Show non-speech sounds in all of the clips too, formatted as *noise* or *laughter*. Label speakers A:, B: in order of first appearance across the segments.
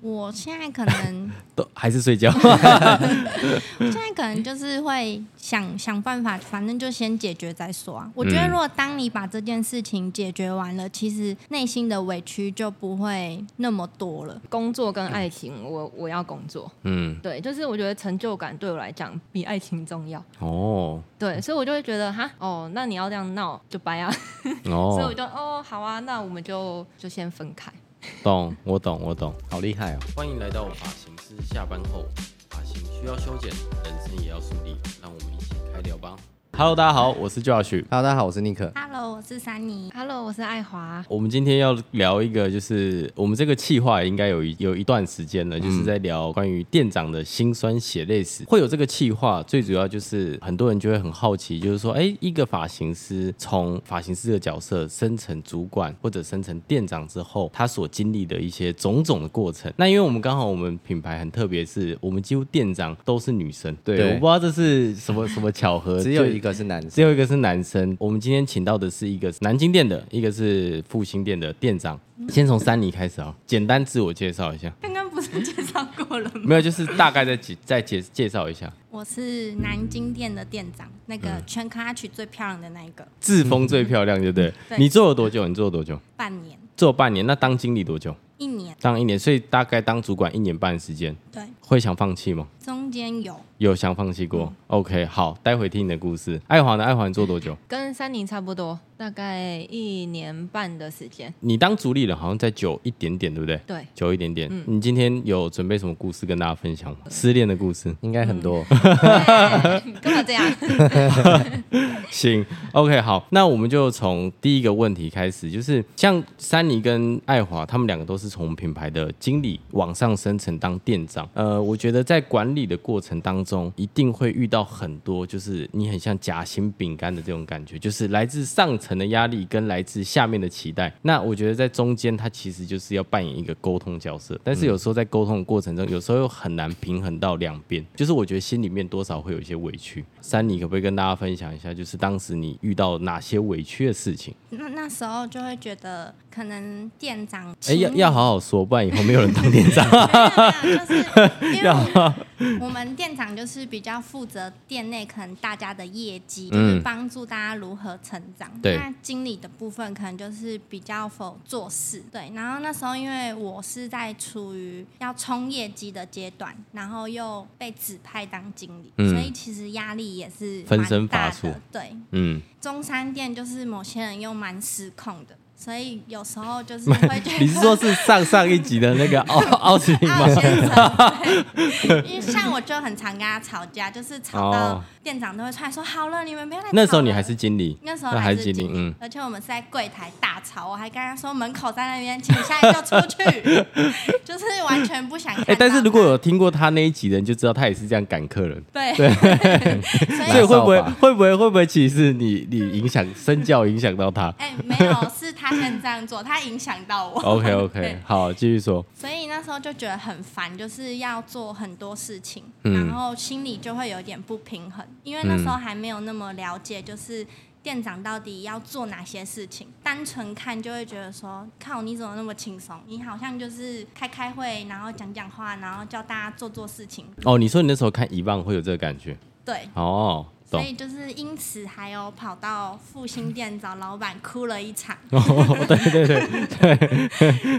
A: 我现在可
B: *laughs*
A: 能，
B: 都还是睡觉。
A: 我现在可能就是会想想办法，反正就先解决再说啊。我觉得，
B: 嗯
A: 如果当你把这件事情解决完了，其实内心的委屈就不会那么多了。
C: 工作跟爱情，我我要工作，
B: *laughs* 嗯，
C: 对，就是我觉得成就感对我来讲比爱情重要，
B: 哦
C: 对，所以我就会觉得哈，哦，那你要这样闹就掰啊， *laughs* 所以我
B: 哦，
C: 就哦好啊，那我们就就先分开。
B: 懂，我懂，我懂，好厉害哦。
D: 欢迎来到发型师下班后，发型需要修剪，人生也要树立，让我们一起开聊吧。
B: Hello，大家好，我是 Josh。
D: Hello，大家好，我是尼克。
A: Hello，我是珊妮。
C: Hello，我是爱
D: 啊
C: 华，
B: 我们今天要聊一个，就是我们这个企划应该有一有一段时间
D: 嗯
B: 了，就是在聊关于店长的辛酸血泪史。会有这个企划，最主要就是很多人就会很好奇，就是说，哎，一个发型师从发型师的角色升成主管或者升成店长之后，他所经历的一些种种的过程。那因为我们刚好我们品牌很特别，是我们几乎店长都是女生，对，
D: 对
B: 我不知道这是什么什么巧合，
D: 只有
B: 呃就
D: 一个是男生，
B: 只有一个是男生。我们今天请到的是一个南京店的，一个是复兴店的店长。先从三里开始啊，简单自我介绍一下，
A: 刚刚不是介绍过了
B: *laughs*
A: 吗？
B: 没有，就是大概再介再介介绍一下。
A: 我是南京店的店长，那个
B: 嗯
A: 全卡拉曲最漂亮的那一个，
B: 志峰最漂亮，对不对？
A: 对
B: 你做了多久？你做了多久？
A: 半年、
B: 做半年，那当经理多久？
A: 一年，
B: 当一年，所以大概当主管一年半的时间，
A: 对，
B: 会想放弃吗？
A: 中间有
B: 有想放弃过、o k 好，待会听你的故事。爱华呢？爱华你做多久？
C: 跟三宁差不多，大概一年半的时间。
B: 你当主理人好像再久一点点，对不对？
C: 对，
B: 久一点点。你今天有准备什么故事跟大家分享吗？失恋的故事？
D: 应该很多。
C: 对干嘛这
B: *laughs*
C: 样？
B: 行，OK，好，那我们就从第一个问题开始，就是像珊妮跟爱华，他们两个都是从品牌的经理往上升成当店长。呃，我觉得在管理的过程当中，一定会遇到很多，就是你很像夹心饼干的这种感觉，就是来自上层的压力跟来自下面的期待。那我觉得在中间，它其实就是要扮演一个沟通角色，但是有时候在沟通的过程中，有时候又很难平衡到两边，就是我觉得心里面多少会有一些委屈。珊妮可不可以跟大家分享一下，就是当时你遇到哪些委屈的事情？
A: 那那时候就会觉得，可能店长
B: 哎、要
A: 请你
B: 要好好说，不然以后没有人当店
A: *laughs*
B: 长。
A: 没有就是
B: *laughs*
A: 因为我们我们店长就是比较负责店内可能大家的业绩，就是帮助大家如何成长。
B: 嗯对
A: 那经理的部分可能就是比较否做事。对，然后那时候因为我是在处于要冲业绩的阶段，然后又被指派当经理，
B: 嗯
A: 所以其实压力也是
B: 分身
A: 蛮大
B: 乏
A: 的
B: 术。
A: 对，
B: 嗯，
A: 中山店就是某些人又蛮失控的。所以有时候
B: *laughs*
A: 就是会觉得，
B: 你是说是上上一集的那个奥奥斯汀
A: 傲
B: 吗？
A: 先生，啊对 *laughs* 因为像我就很常跟他吵架，就是吵
B: 哦
A: 到店长都会出来说：“好了，你们不要再吵了。”
B: 那时候你还是经理，
A: 那时候
B: 那
A: 还
B: 是经理
A: 理，，
B: 嗯，
A: 而且我们是在柜台大吵，我还跟他说门口在那边，请下一个出
B: *laughs*
A: 去，就是完全不想看到
B: 哎、
A: 他。
B: 但是如果有听过他那一集的，你就知道他也是这样赶客人。
A: 对， *laughs*
B: *laughs* 所
A: 所
B: 以
A: 以
B: 会不会
D: 扫把
B: 会不会会不会其实是你你影响身教影响到
A: *laughs*
B: 他
A: 哎、没有，是他先这样做，他影响到我。
B: ？OK OK，
A: 对
B: 好，继续说。
A: 所以那时候就觉得很烦，就是要做很多事情，
B: 嗯
A: 然后心里就会有点不平衡，因为那时候还没有那么了解，就是店长到底要做哪些事情。单纯看就会觉得说，靠，你怎么那么轻松？你好像就是开开会，然后讲讲话，然后叫大家做做事情。
B: 哦，你说你那时候看遗忘会有这个感觉
A: 对，
B: 哦，
A: 所
B: 懂。
A: 以就是因此还有跑到复兴店找老板哭了一场，
B: *laughs* 哦，对对 对，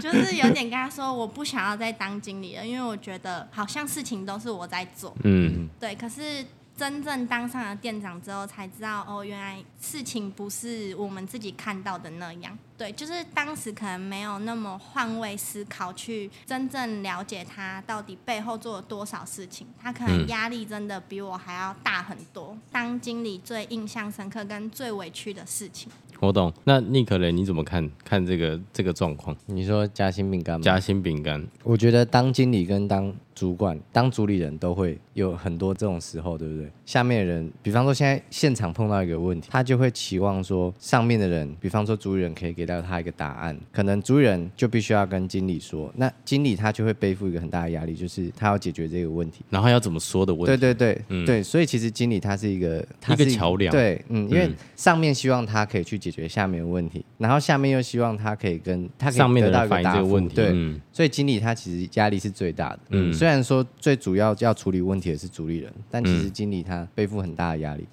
A: *laughs* 就是有点跟他说，我不想要再当经理了，因为我觉得好像事情都是我在做。
B: 嗯，
A: 对，可是真正当上了店长之后，才知道哦，原来事情不是我们自己看到的那样。对，就是当时可能没有那么换位思考，去真正了解他到底背后做了多少事情。他可能
B: 嗯
A: 压力真的比我还要大很多。当经理最印象深刻跟最委屈的事情，
B: 我懂。那尼克雷你怎么看看这个这个状况？
D: 你说夹心饼干吗？
B: 夹心饼干，
E: 我觉得当经理跟当主管、当主理人都会有很多这种时候，对不对？下面的人，比方说现在现场碰到一个问题，他就会期望说上面的人，比方说主理人可以给到他一个答案，可能主理人就必须要跟经理说，那经理他就会背负一个很大的压力，就是他要解决这个问题。
B: 然后要怎么说的问
E: 对
B: 题？
E: 对对、
B: 嗯
E: 对，所以其实经理他是一个，他
B: 一个
E: 是
B: 桥梁
E: 对，嗯，因为
B: 嗯
E: 上面希望他可以去解决下面的问题，然后下面又希望他可以跟他可以
B: 上面的
E: 得到
B: 人
E: 一个
B: 反映
E: 答
B: 这个
E: 复，
B: 问题，
E: 对，
B: 嗯
E: 所以经理他其实压力是最大的。
B: 嗯
E: 嗯，虽然说最主要要处理问题的是主理人，但其实经理他背负很大的压力。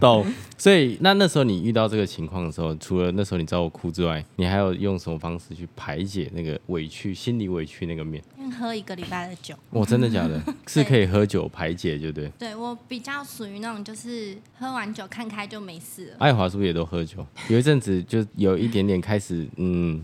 B: 懂。所以那那时候你遇到这个情况的时候，除了那时候你找我哭之外，你还有用什么方式去排解那个委屈、心理委屈那个面？
A: 先喝一个礼拜的酒。
B: 我真的假
A: *laughs*
B: 的？是可以喝酒排解，对不对？
A: 对我比较属于那种就是喝完酒看开就没事了。
B: 爱华是不是也都喝酒？有一阵子就有一点点开始，嗯，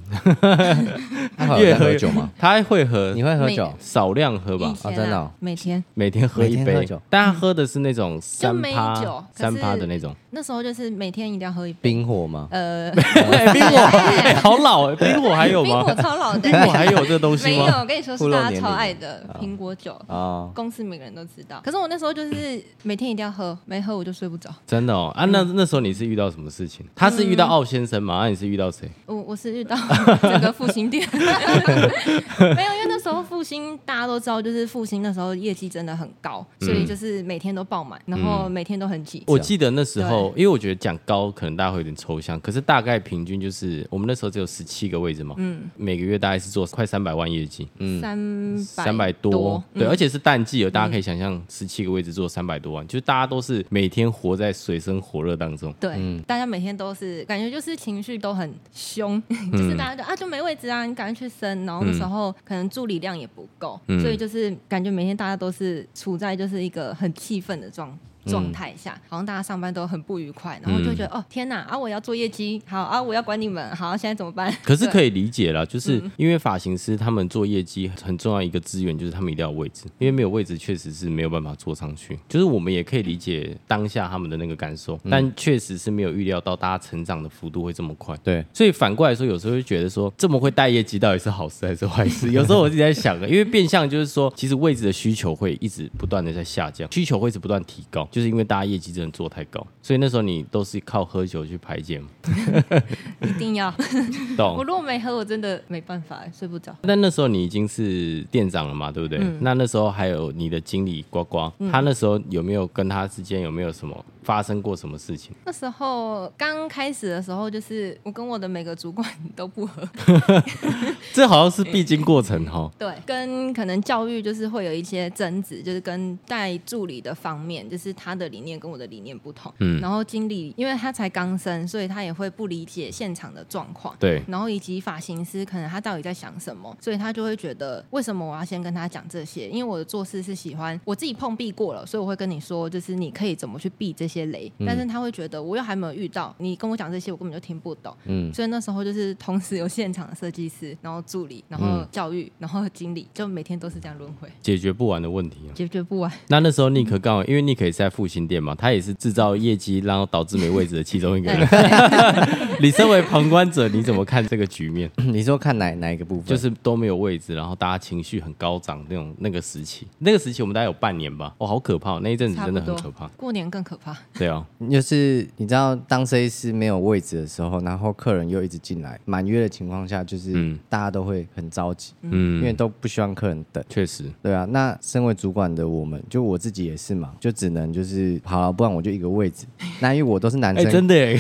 E: 他好
B: 越
E: 像在
B: 喝
E: 喝
B: 越
E: 酒吗？
B: *laughs* 他会喝
E: 你，会喝
C: 没
E: 酒？
B: 少量喝吧
C: 以，前啊
E: 哦真的哦
C: 每天
B: 每天喝
E: 每
B: 一
E: 天喝
B: 杯
E: 酒，
B: 但他喝的是那种
C: 就
B: 三
C: 没酒
B: 趴
C: 可
B: 三趴
C: 是
B: 的那
C: *laughs*
B: 种，
C: 那时候就是每天一定要喝一杯。
E: 冰火吗？
B: *laughs*
C: 呃，
B: 哎
C: *laughs*
B: 比我 *laughs* 哎好老，哎比我还有
C: 冰 *laughs*
B: 吗
C: 火？超老
B: *laughs*
C: 的
B: 比，我还有这东西
C: 没有，
B: 吗？
C: 我跟你说
E: 暴
C: 是
E: 露
C: 大家
E: 年
C: 超
E: 龄
C: 爱的
B: 啊
C: 苹果酒，
E: 哦，
C: 公司每个人都知道。可是我那时候就是每天一定要喝，没喝我就睡不着。
B: 真的哦啊，那
C: 嗯
B: 那时候你是遇到什么事情？他是遇到奥先生吗？那你是遇到谁？
C: 我我是遇到整个复兴店， *laughs* 没有，因为那时候复兴大家都知道，就是复兴那时候业绩真的很高，所以就是每天都爆满，然后每天都很挤。
B: 嗯我记得那时候，因为我觉得讲高可能大家会有点抽象，可是大概平均就是我们那时候只有十七个位置嘛，嗯，每个月大概是做快三百万业绩，
C: 三百
B: 嗯
C: 嗯
B: 三百多，对，而且是淡季哦，大家可以想象十七个位置做三百多万，就是大家都是每天活在水深火热当中。
C: 嗯对，大家每天都是感觉就是情绪都很凶， *laughs* 就是
B: 嗯
C: 大家就啊就没位置啊，你赶快去升。然后那时候可能助理量也不够，
B: 嗯
C: 所以就是感觉每天大家都是处在就是一个很气愤的状。状态下，
B: 嗯
C: 好像大家上班都很不愉快，然后就觉得、哦天哪啊，我要做业绩，好啊，我要管你们，好，现在怎么办？
B: 可是
C: 对
B: 可以理解啦，就是
C: 嗯
B: 因为发型师他们做业绩很重要一个资源，就是他们一定要有位置，因为没有位置确实是没有办法做上去。就是我们也可以理解当下他们的那个感受，
C: 嗯
B: 但确实是没有预料到大家成长的幅度会这么快。
E: 对，
B: 所以反过来说，有时候会觉得说，这么会带业绩到底是好事还是坏事？有时候我自己在想，啊因为变相就是说，其实位置的需求会一直不断的在下降，需求会一直不断提高，就是因为大家业绩真的做太高，所以那时候你都是靠喝酒去排解嘛，
C: 一定要，
B: 哦
C: 我
B: 懂？
C: 如果没喝，我真的没办法睡不着。
B: 但那时候你已经是店长了嘛，对不对？那那时候还有你的经理呱呱，他那时候有没有跟他之间有没有什么发生过什么事情？
C: 那时候刚开始的时候，就是我跟我的每个主管都不合，
B: 这好像是必经过程哈。
C: 对，跟可能教育就是会有一些争执，就是跟带助理的方面，就是他的理念跟我的理念不同。
B: 嗯
C: 然后经理因为他才刚升，所以他也会不理解现场的状况。
B: 对，
C: 然后以及发型师可能他到底在想什么，所以他就会觉得为什么我要先跟他讲这些？因为我的做事是喜欢我自己碰壁过了，所以我会跟你说，就是你可以怎么去避这些雷。但是他会觉得我又还没有遇到，你跟我讲这些我根本就听不懂。
E: 嗯，
C: 所以那时候就是同时有现场的设计师，然后助理，然后教育，然后经理，就每天都是这样轮回，
B: 解决不完的问题啊。
C: 解决不完。
B: 那那时候尼
C: 嗯
B: 克刚好，因为尼克也是在复兴店嘛，他也是制造业绩，然后导致没位置的其中一个人。 *laughs* 你身为旁观者，你怎么看这个局面？
E: *clears throat* 你说看哪哪一个部分？
B: 就是都没有位置，然后大家情绪很高涨那种那个时期，那个时期我们大概有半年吧，哦，好可怕哦、那一阵子
C: 差
B: 真
C: 不
B: 的很
C: 多
B: 可怕。
C: 过年更可怕。
B: 对啊，
E: 就是你知道，当设计师没有位置的时候，然后客人又一直进来，满约的情况下，就是
B: 嗯
E: 大家都会很着急，因为
B: 嗯，
E: 都不希望客人等。
B: 确实，
E: 对啊，那身为主管的我们，就我自己也是嘛，就只能就是好了，不然我就一个位置。那因为我都是男
B: 哎、
E: 生，
B: 真的耶，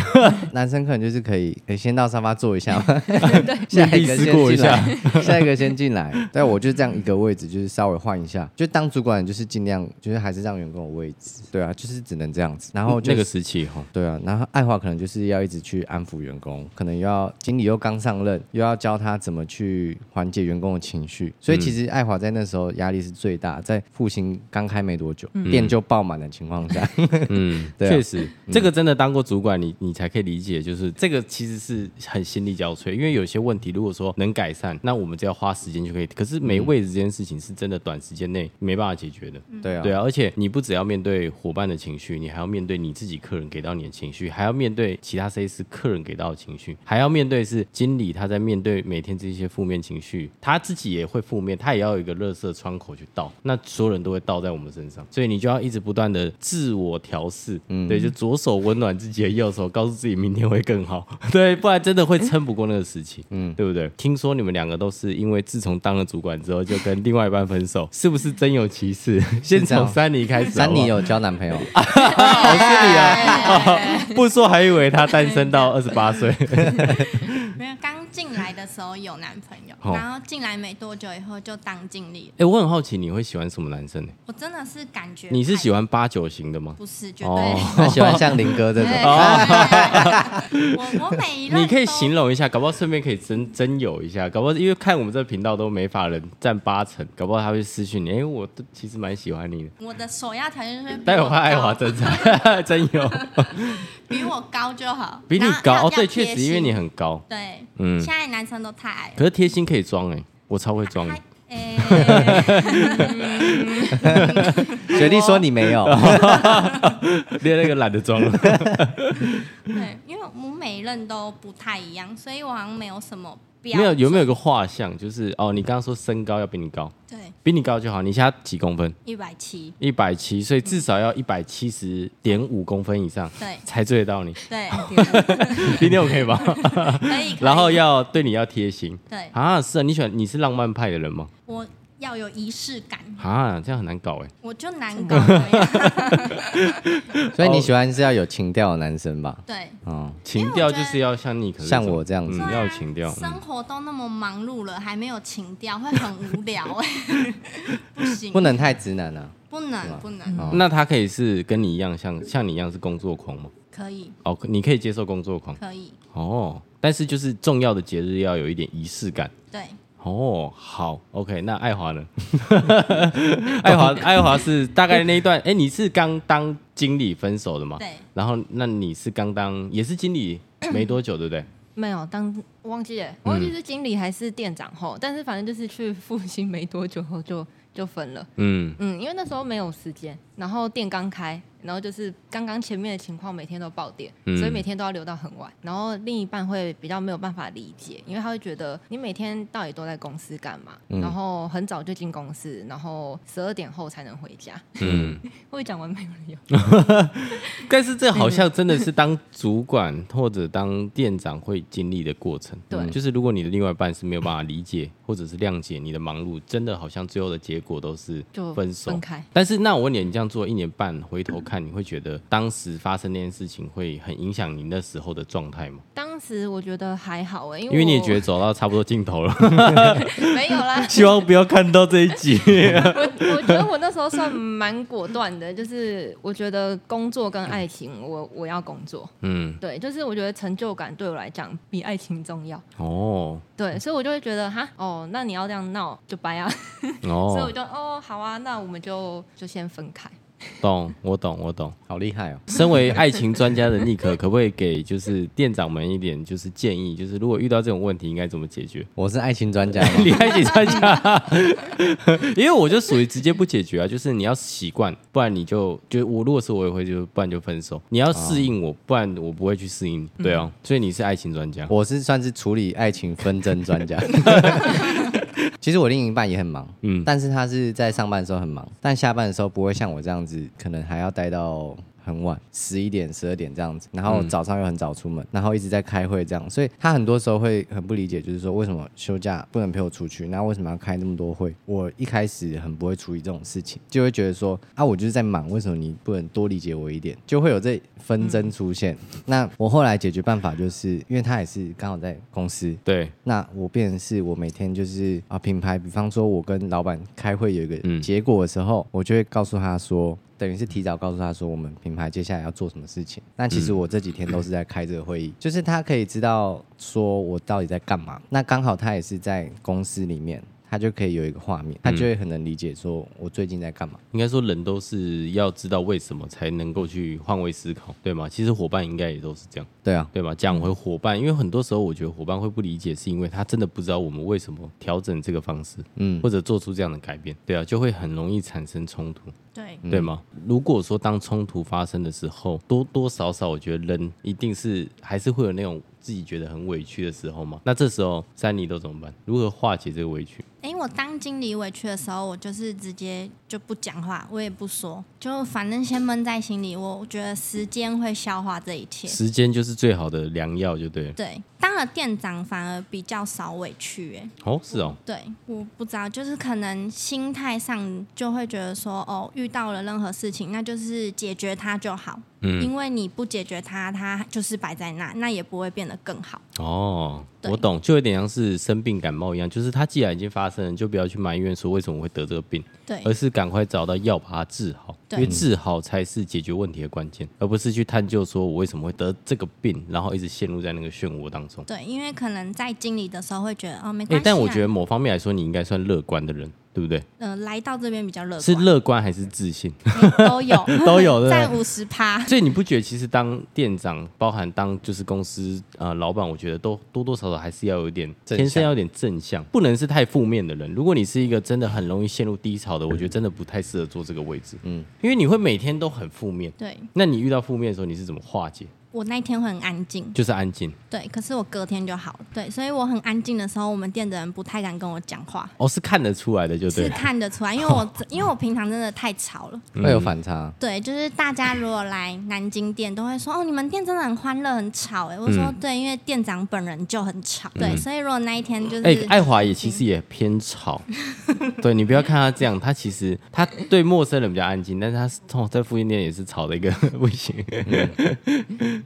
E: 男生可能就是可以，可以先到沙发坐一下嘛，
B: *laughs*
E: *laughs* 下
B: 面壁
E: 一个
B: 思
E: 先
B: 过一
E: 进
B: 下。
E: 来，下一个先进来。对，我就这样一个位置，就是稍微换一下。就当主管就是尽量，就是还是让员工有位置。对啊，就是只能这样子。然后就
B: 那
E: 是
B: 个时期哦哈，
E: 对啊，然后爱华可能就是要一直去安抚员工，可能又要经理又刚上任，又要教他怎么去缓解员工的情绪，所以其实爱华在那时候压力是最大，在复兴刚开没多久，店就爆满的情况下，
B: 嗯，
E: 对啊
B: 确实，这个真的当过主管，你你才可以理解，就是这个其实是很心力交瘁，因为有些问题如果说能改善，那我们只要花时间就可以。可是
E: 嗯
B: 没位置这件事情是真的短时间内没办法解决的。
E: *laughs* 对啊，
B: 对啊，而且你不只要面对伙伴的情绪，你还要面对你自己客人给到你的情绪，还要面对其他设计师客人给到的情绪，还要面对是经理他在面对每天这些负面情绪，他自己也会负面，他也要有一个热色窗口去倒，那所有人都会倒在我们身上，所以你就要一直不断的自我调试，嗯对，就左手温暖自己的右手，告诉自己明天会更好， *laughs* 对，不然真的会撑不过那个时期，嗯，对不对？听说你们两个都是因为自从当了主管之后就跟另外一半分手，是不是真有其事？先 *laughs*
E: 这样
B: 从三尼开始好不好，
E: *laughs* 三妮有交男朋友，
B: 哦，是你啊！不说还以为他单身 *laughs* 到二十八岁。
A: 没有，刚进来的时候有男朋
B: *laughs*
A: 友，
B: 哦
A: 然后进来没多久以后就当经理了。
B: 哎，我很好奇你会喜欢什么男生呢？
A: 我真的是感觉
B: 你是
A: 派
B: 喜欢八九型的吗？
A: 不是绝
B: 哦
A: 对不是。
E: 他喜欢像林
A: *laughs*
B: *laughs*
E: 哥这种，
A: 我我每一任
B: 哦你可以
A: 都
B: 形容一下，搞不好顺便可以真真有一下，搞不好因为看我们这频道都没法人占八成，搞不好他会私讯你。哎，我都其实蛮喜欢你的。
A: 我的首要条件就是比
B: 待会
A: 我
B: 儿爱
A: 高
B: 华真
A: *laughs*
B: 长，真有
A: 比我高就好，
B: *laughs* 比你
A: 然后要
B: 高
A: 要
B: 哦，对，
A: 贴
B: 确实因为
A: 心
B: 你很高，
A: 对，
B: 嗯
A: 现在男生都太矮了
B: 可是贴心可以装哎，我超会装
A: *laughs*
B: 的
A: 还。
B: *laughs*
A: 哎，
E: 学弟说你没 *laughs* 有，
B: 连那个懒得装了。
A: 对，因为我每一任都不太一样，所以我好像没有什么标
B: 没有有没
A: 有？
B: 有一个画像，就是哦，你刚刚说身高要比你高，
A: 对，
B: 比你高就好。你现在几公分？
A: 一百七，
B: 一百七，所以至少要一百七十点五公分以上，
A: 对
B: 才追得到你。 *laughs*
A: 对，
B: 零点五可以吧？ *laughs*
A: 可以。可以
B: 然后要对你要贴心
A: 对，
B: 啊，是啊，你喜欢你是浪漫派的人吗？
A: 我要有仪式感，
B: 啊，这样很难搞哎。
A: 我就难搞了呀。
E: 所以你喜欢是要有情调的男生吧？
A: *laughs* 对，
E: 嗯，
B: 情调就是要像你，可是
E: 像我这样子
B: 嗯，
A: 对
B: 要
A: 啊
B: 有情调。嗯
A: 生活都那么忙碌了，还没有情调，会很无
B: *laughs*
A: 聊哎，不行，
E: 不能太直男啊。
A: 不能不能，
E: 哦
B: 那他可以是跟你一样，像像你一样是工作狂吗？
A: 可以
B: 哦，你可以接受工作狂
A: 可以，
B: 哦，但是就是重要的节日要有一点仪式感。
A: 对，
B: 哦，好，OK，那爱华呢？ *laughs* 爱华，爱华是大概那一 *laughs* 段，哎、你是刚当经理分手的吗？
A: 对。
B: 然后，那你是刚当也是经理
C: 嗯
B: 没多久，
C: *clears throat*
B: 对不对？
C: 没有当忘记了，忘记是经理还是店长后，但是反正就是去复兴没多久后就就分了。
B: 嗯，
C: 嗯，因为那时候没有时间，然后店刚开，然后就是刚刚前面的情况每天都爆店，
B: 嗯
C: 所以每天都要留到很晚。然后另一半会比较没有办法理解，因为他会觉得你每天到底都在公司干嘛？
B: 嗯
C: 然后很早就进公司，然后十二点后才能回家。
B: 嗯，
C: *laughs* 会讲完没有理由？
B: 但是这好像真的是当主管或者当店长会经历的过程。嗯
C: 对
B: 就是如果你的另外一半是没有办法理解或者是谅解你的忙碌，真的好像最后的结果都是
C: 就
B: 分手。
C: 分开
B: 但是那我问你，你这样做一年半，回头看，你会觉得当时发生那件事情会很影响你那时候的状态吗？
C: 当时我觉得还好哎、因为
B: 因为你也
C: 我
B: 觉得走到差不多尽
C: *laughs*
B: 头了，
C: 没有啦，
B: 希望不要看到这一
C: *laughs*
B: 集。
C: 我我觉得我那时候算蛮果断的，就是我觉得工作跟爱情，我我要工作，
B: 嗯，
C: 对，就是我觉得成就感对我来讲比爱情重要，
B: 哦，
C: 对，所以我就会觉得哈，哦，那你要这样闹就掰啊， *laughs* 所以我
B: 哦，
C: 就哦好啊，那我们就就先分开。
B: 懂，我懂，我懂。
E: 好厉害哦！
B: 身为爱情专家的尼克，可不可以给就是店长们一点就是建议，就是如果遇到这种问题应该怎么解决？
E: *laughs* 我是爱情专家
B: 你爱情专家，因为我就属于直接不解决啊，就是你要习惯，不然你就就我如果是我也会就不然就分手。你要适应我，不然我不会去适应你。对啊，所以你是爱情专家。
E: 我是算是处理爱情纷争专家。其实我另一半也很忙，
B: 嗯
E: 嗯，但是他是在上班的时候很忙，但下班的时候不会像我这样子，可能还要待到很晚，十一点、十二点这样子，然后早上又很早出门，然后一直在开会这样，所以他很多时候会很不理解，就是说为什么休假不能陪我出去，那为什么要开那么多会？我一开始很不会处理这种事情，就会觉得说啊，我就是在忙，为什么你不能多理解我一点？就会有这纷争出现。那我后来解决办法就是，因为他也是刚好在公司，
B: 对，
E: 那我变成是我每天就是啊，品牌，比方说我跟老板开会有一
B: 嗯
E: 个结果的时候，我就会告诉他说，等于是提早告诉他说我们品牌接下来要做什么事情。那其实
B: 嗯
E: 我这几天都是在开这个会议， *clears throat* 就是他可以知道说我到底在干嘛。那刚好他也是在公司里面。他就可以有一个画
B: 嗯
E: 面，他就会很能理解说我最近在干嘛。
B: 应该说人都是要知道为什么才能够去换位思考，对吗？其实伙伴应该也都是这样。
E: 对啊，
B: 对吧？讲回伙伴，因为很多时候我觉得伙伴会不理解，是因为他真的不知道我们为什么调整这个方式，嗯，
E: 嗯
B: 或者做出这样的改变，对啊，就会很容易产生冲突，
A: 对，
B: 对吗？如果说当冲突发生的时候，多多少少，我觉得人一定是还是会有那种自己觉得很委屈的时候嘛。那这时候三妮都怎么办？如何化解这个委屈？
A: 哎、我当经理委屈的时候，我就是直接就不讲话，我也不说，就反正先闷在心里。我觉得时间会消化这一切。
B: 时间就是最好的良药，就对了。
A: 对，当了店长反而比较少委屈、哎，
B: 哦，是哦，
A: 对，我不知道，就是可能心态上就会觉得说，哦，遇到了任何事情，那就是解决它就好。
B: 嗯
A: 因为你不解决它，它就是摆在那，那也不会变得更好。
B: 哦，
A: 对
B: 我懂，就有点像是生病感冒一样，就是它既然已经发生了，你就不要去埋怨说为什么会得这个病，
A: 对
B: 而是赶快找到药把它治好，因
A: 哎对
B: 为治好才是解决问题的关键，而不是去探究说我为什么会得这个病，然后一直陷入在那个漩涡当中。
A: 对，因为可能在经理的时候会觉得哦没
B: 哎、
A: 关系、啊
B: 但我觉得某方面来说，你应该算乐观的人，对不对？
A: 呃来到这边比较乐观，
B: 是乐观还是自信？ *laughs*
A: 都有
B: 都有对不对
A: 占五十趴。
B: 所以你不觉得其实当店长，包含当就是公司呃老板，我觉得都多多少少还是要有一点
E: 正向
B: 天生要有点正向，不能是太负面的人。如果你是一个真的很容易陷入低潮的，我觉得真的不太适合做这个位置，嗯，因为你会每天都很负面。
A: 对
B: 那你遇到负面的时候，你是怎么化解？
A: 我那天会很安静，
B: 就是安静
A: 对，可是我隔天就好了。对，所以我很安静的时候，我们店的人不太敢跟我讲话，
B: 哦，是看得出来的，就是对。
A: 看得出来，因为我因为我平常真的太吵了。
E: 会有反差。
A: 对，就是大家如果来南京店，都会说哦，你们店真的很欢乐，很吵哎、我
B: 嗯
A: 说、对，因为店长本人就很吵，对，所以如果那一天就是、
B: 哎、爱华也其实也偏吵，对你不要看他这样，他其实他对陌生人比较安静，但是他从在附近店也是吵的一个不行。 *laughs*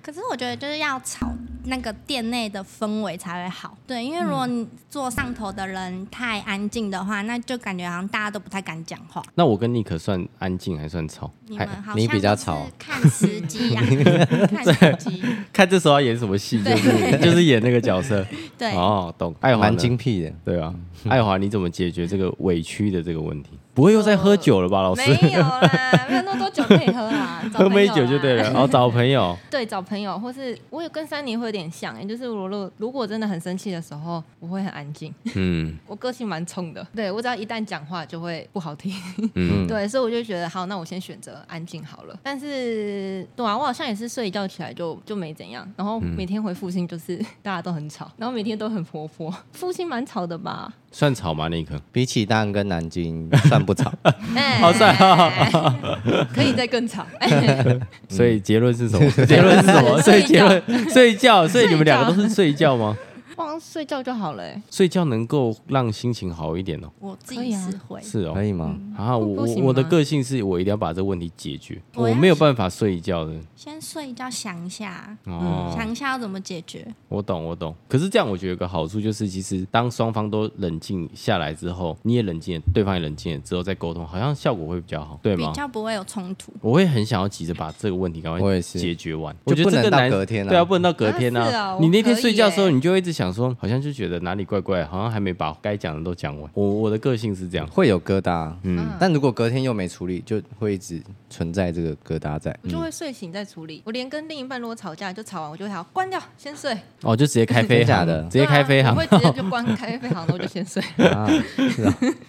A: 可是我觉得就是要吵那个店内的氛围才会好，对，因为如果
B: 嗯
A: 你坐上头的人太安静的话，那就感觉好像大家都不太敢讲话。
B: 那我跟尼可算安静还算吵，
A: 你
B: 还
A: 们好像
E: 你比较
A: 就是
E: 吵
A: 看时机
B: *laughs*
A: 呀、啊，看时机。
B: 看这时候要演什么戏，就是就是演那个角色。
A: 对，
B: 哦，懂。爱华
E: 蛮
B: 呢
E: 精辟的，
B: 对啊，爱华你怎么解决这个委屈的这个问题？不会又在喝酒了吧，老师？
C: 没有啦，没有那么多酒可以喝
B: *laughs*
C: 啦，找
B: 喝
C: 朋
B: 杯
C: 友
B: 酒就
C: 啦
B: 对了，然后找朋友。
C: 对，找朋友，或是我有跟珊妮会有点像、欸，就是我如如果真的很生气的时候，我会很安静， *laughs*
B: 嗯
C: 我个性蛮冲的，对我只要一旦讲话就会不好听，
B: 嗯，
C: 对，所以我就觉得好，那我先选择安静好了。但是对啊，我好像也是睡一觉起来就就没怎样，然后
B: 嗯
C: 每天回复兴就是 *laughs* 大家都很吵，然后每天都很活泼，复兴蛮吵的吧？
B: 算吵吗？尼可？
E: 比起大安跟南京 *laughs* 算不吵，
C: 哎、
B: 好帅啊
C: 哦， *laughs* 可以再更吵，哎
B: 嗯所以结论是什么？ *laughs* 结论是什么？所以
C: 睡
B: 结
C: 觉
B: 论 *laughs* 睡觉，所以你们
C: 睡觉
B: 两个都是睡觉吗？
C: 我好像睡觉就好了、欸，
B: 睡觉能够让心情好一点哦。
A: 我自
C: 可
A: 己
C: 以啊
A: 是会，
B: 是哦
E: 可，以吗？
B: 啊，我
C: 不
B: 我
C: 行吗
B: 我的个性是我一定要把这个问题解决，
A: 我
B: 我
A: 要
B: 没有办法睡一觉的。
A: 先睡一觉想一下，
B: 哦，
A: 想一下要怎么解决。
B: 我懂，我懂。可是这样，我觉得有个好处就是，其实当双方都冷静下来之后，你也冷静了，对方也冷静了之后再沟通，好像效果会比较好，对
A: 比
B: 吗？
A: 较不会有冲突，
B: 我会很想要急着把这个问题赶
E: 我
B: 快
E: 也是
B: 解决完，
E: 就
B: 我觉得
E: 不能
B: 这个
E: 到
B: 难
E: 隔天啊
B: 对啊，不能到隔天
C: 啊是啊
B: 你那
C: 我可以
B: 天睡觉的时候，
C: 耶
B: 你就会一直想说，好像就觉得哪里怪怪，好像还没把该讲的都讲完。我我的个性是这样，
E: 会有疙瘩，
C: 嗯
E: 嗯，但如果隔天又没处理，就会一直存在这个疙瘩在。
C: 我就
B: 嗯
C: 会睡醒再处理。我连跟另一半如果吵架，就吵完我就会好关掉，先睡。啊
B: 哦，就直接开飞
E: 真假
B: 航
E: 的
B: 直接开飞航
C: 我，会直接就关开飞航，然后我就先睡。
E: 啊，
B: *laughs*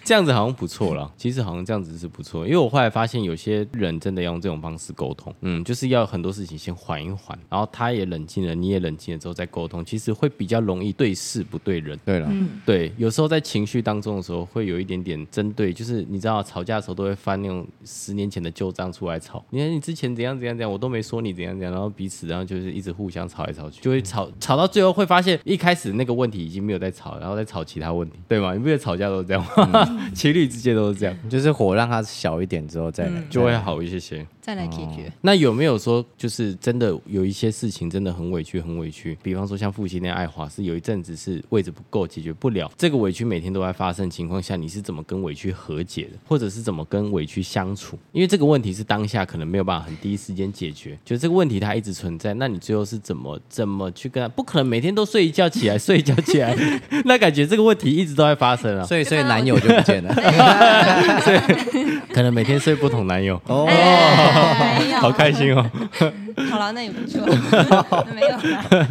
B: 这样子好像不错啦，其实好像这样子是不错，因为我后来发现有些人真的要用这种方式沟通，嗯，就是要很多事情先缓一缓，然后他也冷静了，你也冷静了之后再沟通，其实会比较容易对事不对人。
E: 对了，
C: 嗯
B: 对，有时候在情绪当中的时候，会有一点点针对，就是你知道吵架的时候都会翻那种十年前的旧账出来吵。你看你之前怎样怎样怎样，我都没说你怎样怎样，然后彼此然后就是一直互相吵来吵去，就嗯会吵吵到最后会发现一开始那个问题已经没有在吵，然后再吵其他问题，对吗？你不觉得吵架都是这样吗？ *laughs* 情侣之间都是这样，
E: 就是火让它小一点之后再来，
C: 嗯
B: 就会啊好一些些。
C: 再来解决。
B: 那有没有说，就是真的有一些事情真的很委屈，很委屈？比方说像父亲恋爱华是有一阵子是位置不够，解决不了，这个委屈每天都在发生的情况下，你是怎么跟委屈和解的，或者是怎么跟委屈相处？因为这个问题是当下可能没有办法很第一时间解决，就这个问题它一直存在，那你最后是怎么怎么去跟他？不可能每天都睡一觉起来，睡一觉起来， *laughs* 那感觉这个问题一直都在发生啊，
E: 所以所以男友就不见了。
C: 啊
B: 可能每天睡不同男友，
E: 哦，
C: 哎没有，
B: 好 *laughs* 开心哦。
C: *laughs* 好了，那
B: *laughs*
C: 也不错，没有啦。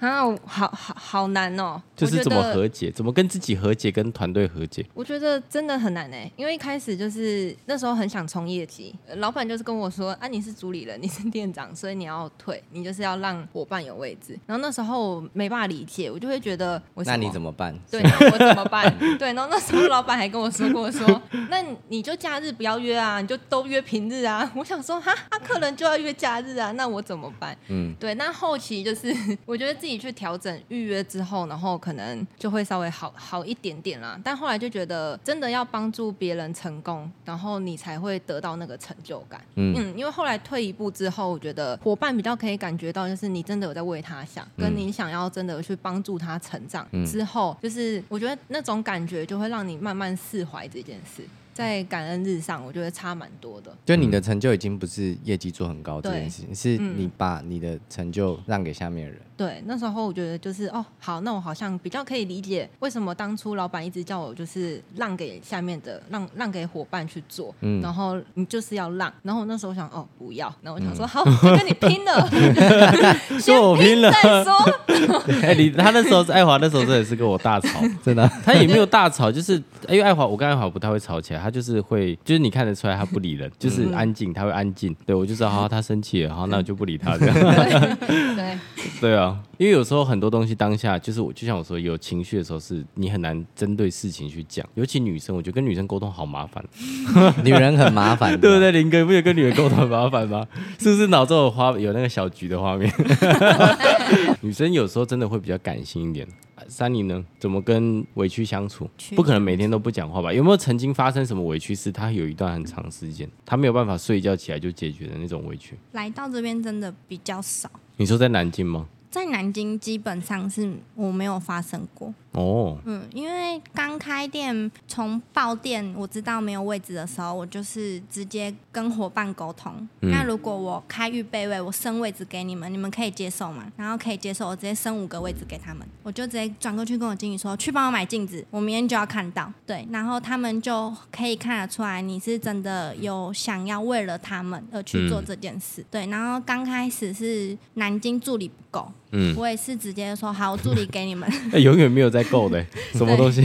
C: 啊，我好好好难哦，
B: 就是
C: 我觉
B: 怎么
C: 得
B: 和解，怎么跟自己和解，跟团队和解。
C: 我觉得真的很难哎、因为一开始就是那时候很想冲业绩，呃老板就是跟我说啊，你是主理人，你是店长，所以你要退，你就是要让伙伴有位置。然后那时候我没办法理解，我就会觉得为什
E: 那你怎
C: 么？
E: 么办？
C: 对，那我怎么办？对，然后那时候老板还跟我说过说，那你就假日不要约啊，你就都约平日啊。我想说哈，啊客人就要约假日啊，那我怎么办？
E: 嗯，
C: 对，那后期就是我觉得自己去调整预约之后，然后可能就会稍微好好一点点啦。但后来就觉得，真的要帮助别人成功，然后你才会得到那个成就感。
B: 嗯
C: 嗯因为后来退一步之后，我觉得伙伴比较可以感觉到，就是你真的有在为他想，
B: 嗯
C: 跟你想要真的去帮助他成长、之后，就是我觉得那种感觉就会让你慢慢释怀这件事。在感恩日上，我觉得差蛮多的。
E: 就你的成就已经不是业绩做很高这
C: 对
E: 件事情，是
C: 嗯
E: 你把你的成就让给下面的人。
C: 对，那时候我觉得就是哦，好，那我好像比较可以理解为什么当初老板一直叫我就是让给下面的，让让给伙伴去做，
B: 嗯
C: 然后你就是要让，然后我那时候想哦不要，然后我想说、好，就跟你拼
B: *laughs*
C: 了，
B: 说我嗯拼了。
C: 再说，
B: *laughs* 哎，你他那时候爱华那时候真的是跟我大吵，
E: 真的啊，
B: 他也没有大吵，就是因为爱华我跟爱华不太会吵起来，他就是会就是你看得出来他不理人，就是安静，他会安静。对我就知道，好他生气了，好那我就不理他这样。
C: 对，
B: 对啊，因为有时候很多东西当下就是我，就像我说，有情绪的时候是你很难针对事情去讲，尤其女生，我觉得跟女生沟通好麻烦，
E: 女人很麻烦，
B: *laughs* 对不？对？林哥，你不觉得跟女人沟通很麻烦 *laughs* 吗？是不是脑中有花有那个小菊的画 *laughs* 面？女生有时候真的会比较感性一点。啊三妮呢？怎么跟委屈相处？不可能每天都不讲话吧？有没有曾经发生什么委屈是她有一段很长时间，她没有办法睡一觉起来就解决的那种委屈？
A: 来到这边真的比较少，
B: 你说在南京吗？
A: 在南京基本上是我没有发生过。
B: 哦，
A: 嗯，因为刚开店，从报店我知道没有位置的时候，我就是直接跟伙伴沟通。那如果我开预备位，我升位置给你们，你们可以接受吗？然后可以接受，我直接升五个位置给他们，我就直接转过去跟我经理说，去帮我买镜子，我明天就要看到。对，然后他们就可以看得出来，你是真的有想要为了他们而去做这件事。对，然后刚开始是南京助理不够，
B: 嗯
A: 我也是直接说好，我助理给你们。
B: 欸永远没有在够的欸、什么东西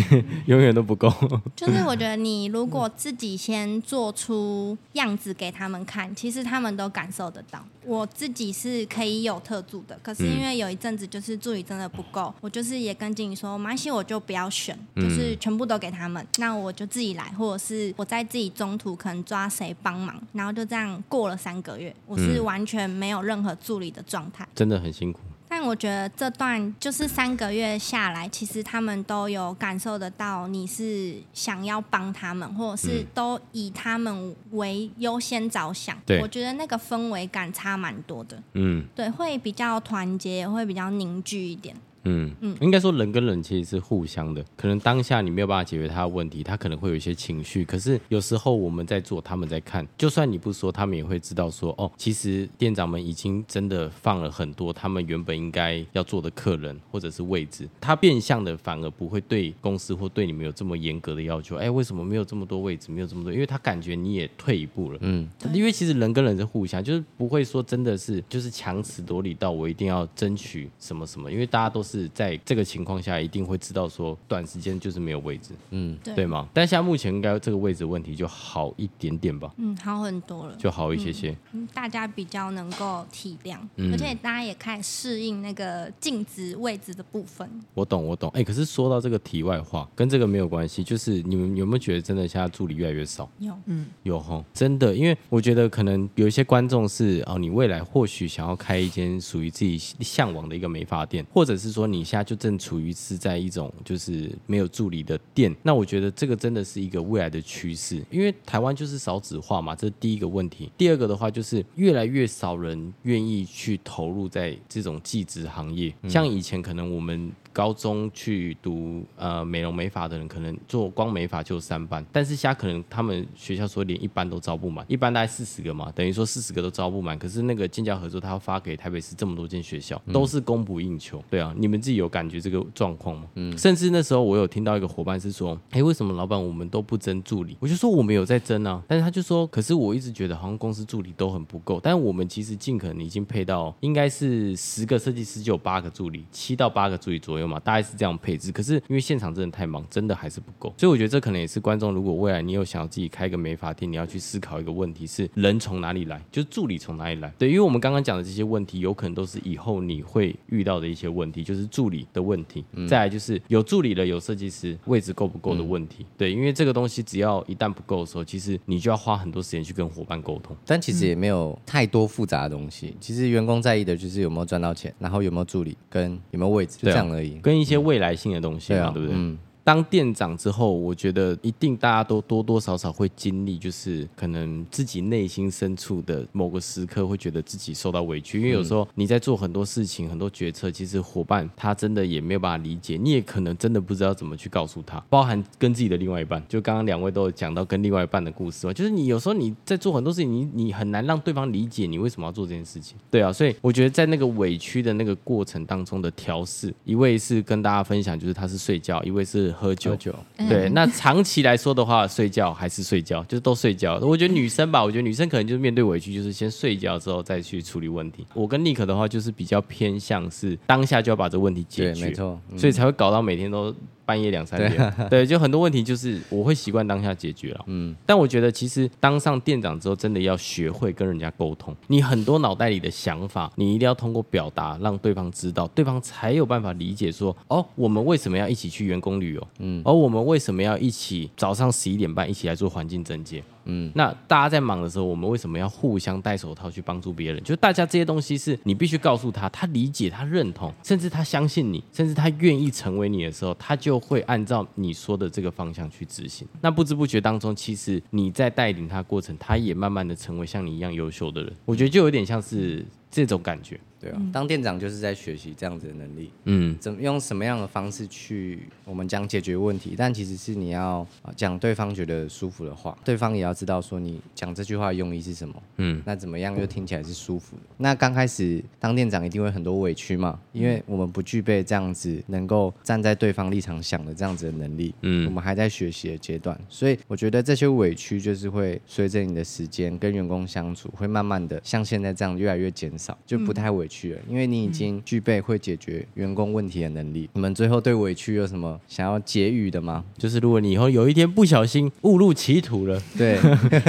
B: 永远都不够。 *laughs*
A: 就是我觉得你如果自己先做出样子给他们看，其实他们都感受得到。我自己是可以有特助的，可是因为有一阵子就是助理真的不够，我就是也跟经理说，马西我就不要选，就是全部都给他们，那我就自己来，或者是我在自己中途可能抓谁帮忙，然后就这样过了三个月，我是完全没有任何助理的状态。
B: 真的很辛苦。
A: 但我觉得这段就是三个月下来，其实他们都有感受得到你是想要帮他们，或者
B: 嗯
A: 是都以他们为优先着想。
B: 对
A: 我觉得那个氛围感差蛮多的，
B: 嗯
A: 对，会比较团结，也会比较凝聚一点。
B: 嗯嗯，应该说人跟人其实是互相的，可能当下你没有办法解决他的问题，他可能会有一些情绪，可是有时候我们在做，他们在看，就算你不说，他们也会知道说，哦，其实店长们已经真的放了很多他们原本应该要做的客人或者是位置，他变相的反而不会对公司或对你们有这么严格的要求，哎，为什么没有这么多位置，没有这么多？因为他感觉你也退一步了，嗯，因为其实人跟人是互相，就是不会说真的是就是强词夺理到我一定要争取什么什么，因为大家都是在这个情况下一定会知道说短时间就是没有位置，嗯，
A: 对
B: 对吗？但现在目前应该这个位置问题就好一点点吧，
A: 嗯，好很多了，
B: 就好一些些，
A: 嗯大家比较能够体谅，
B: 嗯
A: 而且大家也开始适应那个净值位置的部分。
B: 我懂，我懂。哎、可是说到这个题外话，跟这个没有关系，就是你们有没有觉得真的现在助理越来越少？ *laughs*
A: 有，
B: 有吼，真的，因为我觉得可能有一些观众是哦，你未来或许想要开一间属于自己向往的一个美发店，或者是说你现在就正处于是在一种就是没有助理的店，那我觉得这个真的是一个未来的趋势，因为台湾就是少子化嘛，这是第一个问题。第二个的话就是越来越少人愿意去投入在这种技职行业，像以前可能我们高中去读呃美容美发的人，可能做光美发就有三班，但是现在可能他们学校说连一班都招不满，一班大概四十个嘛，等于说四十个都招不满。可是那个建教合作，他要发给台北市这么多间学校，都是供不应求。对啊，你们自己有感觉这个状况吗？嗯，甚至那时候我有听到一个伙伴是说，哎，为什么老板我们都不争助理？我就说我们有在争啊，但是他就说，可是我一直觉得好像公司助理都很不够，但我们其实尽可能已经配到应该是十个设计师就有八个助理，七到八个助理左右嘛，大概是这样配置。可是因为现场真的太忙，真的还是不够，所以我觉得这可能也是观众，如果未来你有想要自己开个美发店，你要去思考一个问题是人从哪里来，就是助理从哪里来。对，因为我们刚刚讲的这些问题，有可能都是以后你会遇到的一些问题，就是助理的问题。再来就是有助理了，有设计师，位置够不够的问题。对，因为这个东西只要一旦不够的时候，其实你就要花很多时间去跟伙伴沟通。
E: 但其实
B: 嗯
E: 也没有太多复杂的东西。其实员工在意的就是有没有赚到钱，然后有没有助理跟有没有位置，就
B: 对啊
E: 这样而已。
B: 跟一些未来性的东西
E: 对
B: 嘛，
E: 啊
B: 对不对？
E: 嗯
B: 当店长之后，我觉得一定大家都多多少少会经历，就是可能自己内心深处的某个时刻，会觉得自己受到委屈，因为有时候你在做很多事情、很多决策，其实伙伴他真的也没有办法理解，你也可能真的不知道怎么去告诉他，包含跟自己的另外一半，就刚刚两位都有讲到跟另外一半的故事嘛，就是你有时候你在做很多事情，你你很难让对方理解你为什么要做这件事情，对啊，所以我觉得在那个委屈的那个过程当中的调试，一位是跟大家分享就是他是睡觉，一位是喝酒，
E: 喝酒，嗯
B: 对，那长期来说的话，睡觉还是睡觉，就是都睡觉。我觉得女生吧，我觉得女生可能就是面对委屈，就是先睡觉之后再去处理问题。我跟尼克的话，就是比较偏向是当下就要把这问题解决，
E: 对没错嗯
B: 所以才会搞到每天都半夜两三点。对，就很多问题就是我会习惯当下解决了。嗯，但我觉得其实当上店长之后，真的要学会跟人家沟通。你很多脑袋里的想法，你一定要通过表达让对方知道，对方才有办法理解说，哦，我们为什么要一起去员工旅游？嗯，而我们为什么要一起早上十一点半一起来做环境整洁？嗯，那大家在忙的时候，我们为什么要互相戴手套去帮助别人？就是大家这些东西是你必须告诉他，他理解、他认同，甚至他相信你，甚至他愿意成为你的时候，他就会按照你说的这个方向去执行。那不知不觉当中，其实你在带领他的过程，他也慢慢的成为像你一样优秀的人。我觉得就有点像是这种感觉。
E: 对啊，当店长就是在学习这样子的能力。
B: 嗯，
E: 怎么用什么样的方式去我们讲解决问题，但其实是你要呃讲对方觉得舒服的话，对方也要知道说你讲这句话的用意是什么。嗯，那怎么样又听起来是舒服的？那刚开始当店长一定会很多委屈嘛，因为我们不具备这样子能够站在对方立场想的这样子的能力。嗯，我们还在学习的阶段，所以我觉得这些委屈就是会随着你的时间跟员工相处，会慢慢的像现在这样越来越减少，就不太委屈了，因为你已经具备会解决员工问题的能力。你们最后对委屈有什么想要结语的吗？
B: 就是如果你以后有一天不小心误入歧途了。
E: 对，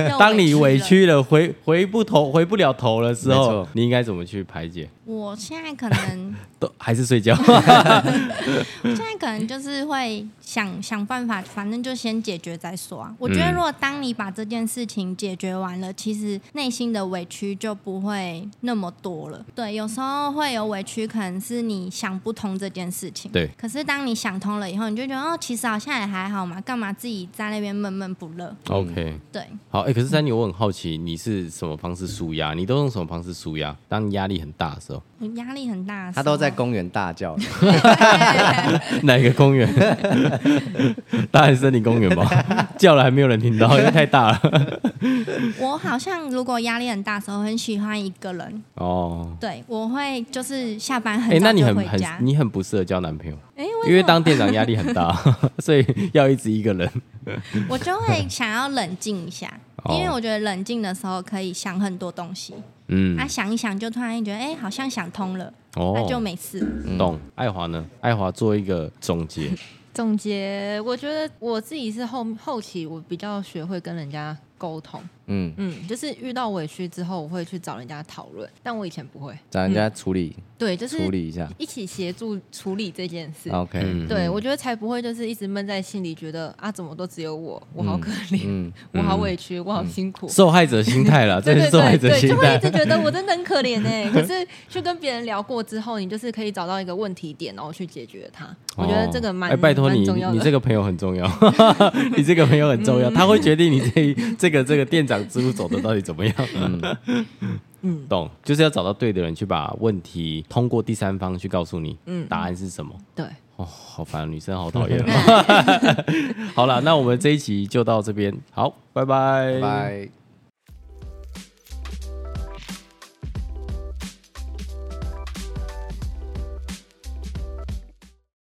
A: 又
B: 当你
A: 了
B: 委屈了，回回不头回不了头了之
E: 没
B: 后
E: 错，
B: 你应该怎么去排解？
A: 我现在可能，
B: 都还是睡觉？
A: 我现在可能就是会想想办法，反正就先解决再说啊。我觉
B: 嗯
A: 得，如果当你把这件事情解决完了，其实内心的委屈就不会那么多了。对，有时候会有委屈，可能是你想不通这件事情。
B: 对，
A: 可是当你想通了以后，你就觉得哦，其实好像也还好嘛，干嘛自己在那边闷闷不乐？
B: OK，
A: 对，
B: 好，哎、可是珊妮，我很好奇，你是什么方式舒压？你都用什么方式舒压？当你压力很大的 *laughs* 时候，
A: 我压力很大的时候。啊
E: *laughs* 他都在公园大叫，
B: 哪一个公园？当然是森林公园 *laughs* 吧，叫了还没有人听到，因为太大了。
A: *laughs* 我好像如果压力很大的时候，很喜欢一个人。
B: 哦，
A: 对，我会就是下班
B: 哎、
A: 很
B: 那
A: 早
B: 你
A: 就
B: 很
A: 回
B: 很
A: 家。
B: 你很不适合交男朋友，
A: 哎、
B: 因为
A: 什么
B: 当店长压力很大， *laughs* 所以要一直一个人。 *laughs*
A: 我就会想要冷静一下，
B: 哦
A: 因为我觉得冷静的时候可以想很多东西，
B: 嗯，
A: 啊，想一想就突然觉得，哎、好像想通了，那、
B: 哦，
A: 就嗯没事了。
B: 懂。爱华呢？爱华做一个总结。
C: 总结，我觉得我自己是后后期我比较学会跟人家沟通，
E: 嗯，
C: 嗯，就是遇到委屈之后，我会去找人家讨论，但我以前不会，
E: 找人家处理、
C: 对，就是
E: 处理一下。
C: 一起协助处理这件事。
E: OK，
B: 嗯
C: 对，我觉得才不会就是一直闷在心里，觉得啊，怎么都只有我，我好可怜，
E: 嗯，
C: 我好委屈，我好辛苦。
B: 嗯受害者心态啦，这
C: 对
B: 是
C: 对
B: 受害
C: 对
B: 者
C: 对，
B: 心
C: 就会一
B: 态。
C: 直觉得我真的很
B: *laughs*
C: 可怜哎、可是去跟别人聊过之后，你就是可以找到一个问题点，然后去解决它。我觉得这个蛮、
B: 哎拜托
C: 蛮
B: 你，
C: 重
B: 你
C: 要的。
B: 你这个朋友很重
C: *laughs*
B: 要，你这个朋友很重要，他会决定你这一这个这个店长之路走的到底怎么样。嗯，懂，就是要找到对的人去把问题通过第三方去告诉你，嗯，答案是什么。
C: 对。
B: 哦，好烦，女生好讨
C: *laughs*
B: 厌、哦。好了，那我们这一集就到这边，好，拜拜，
E: 拜。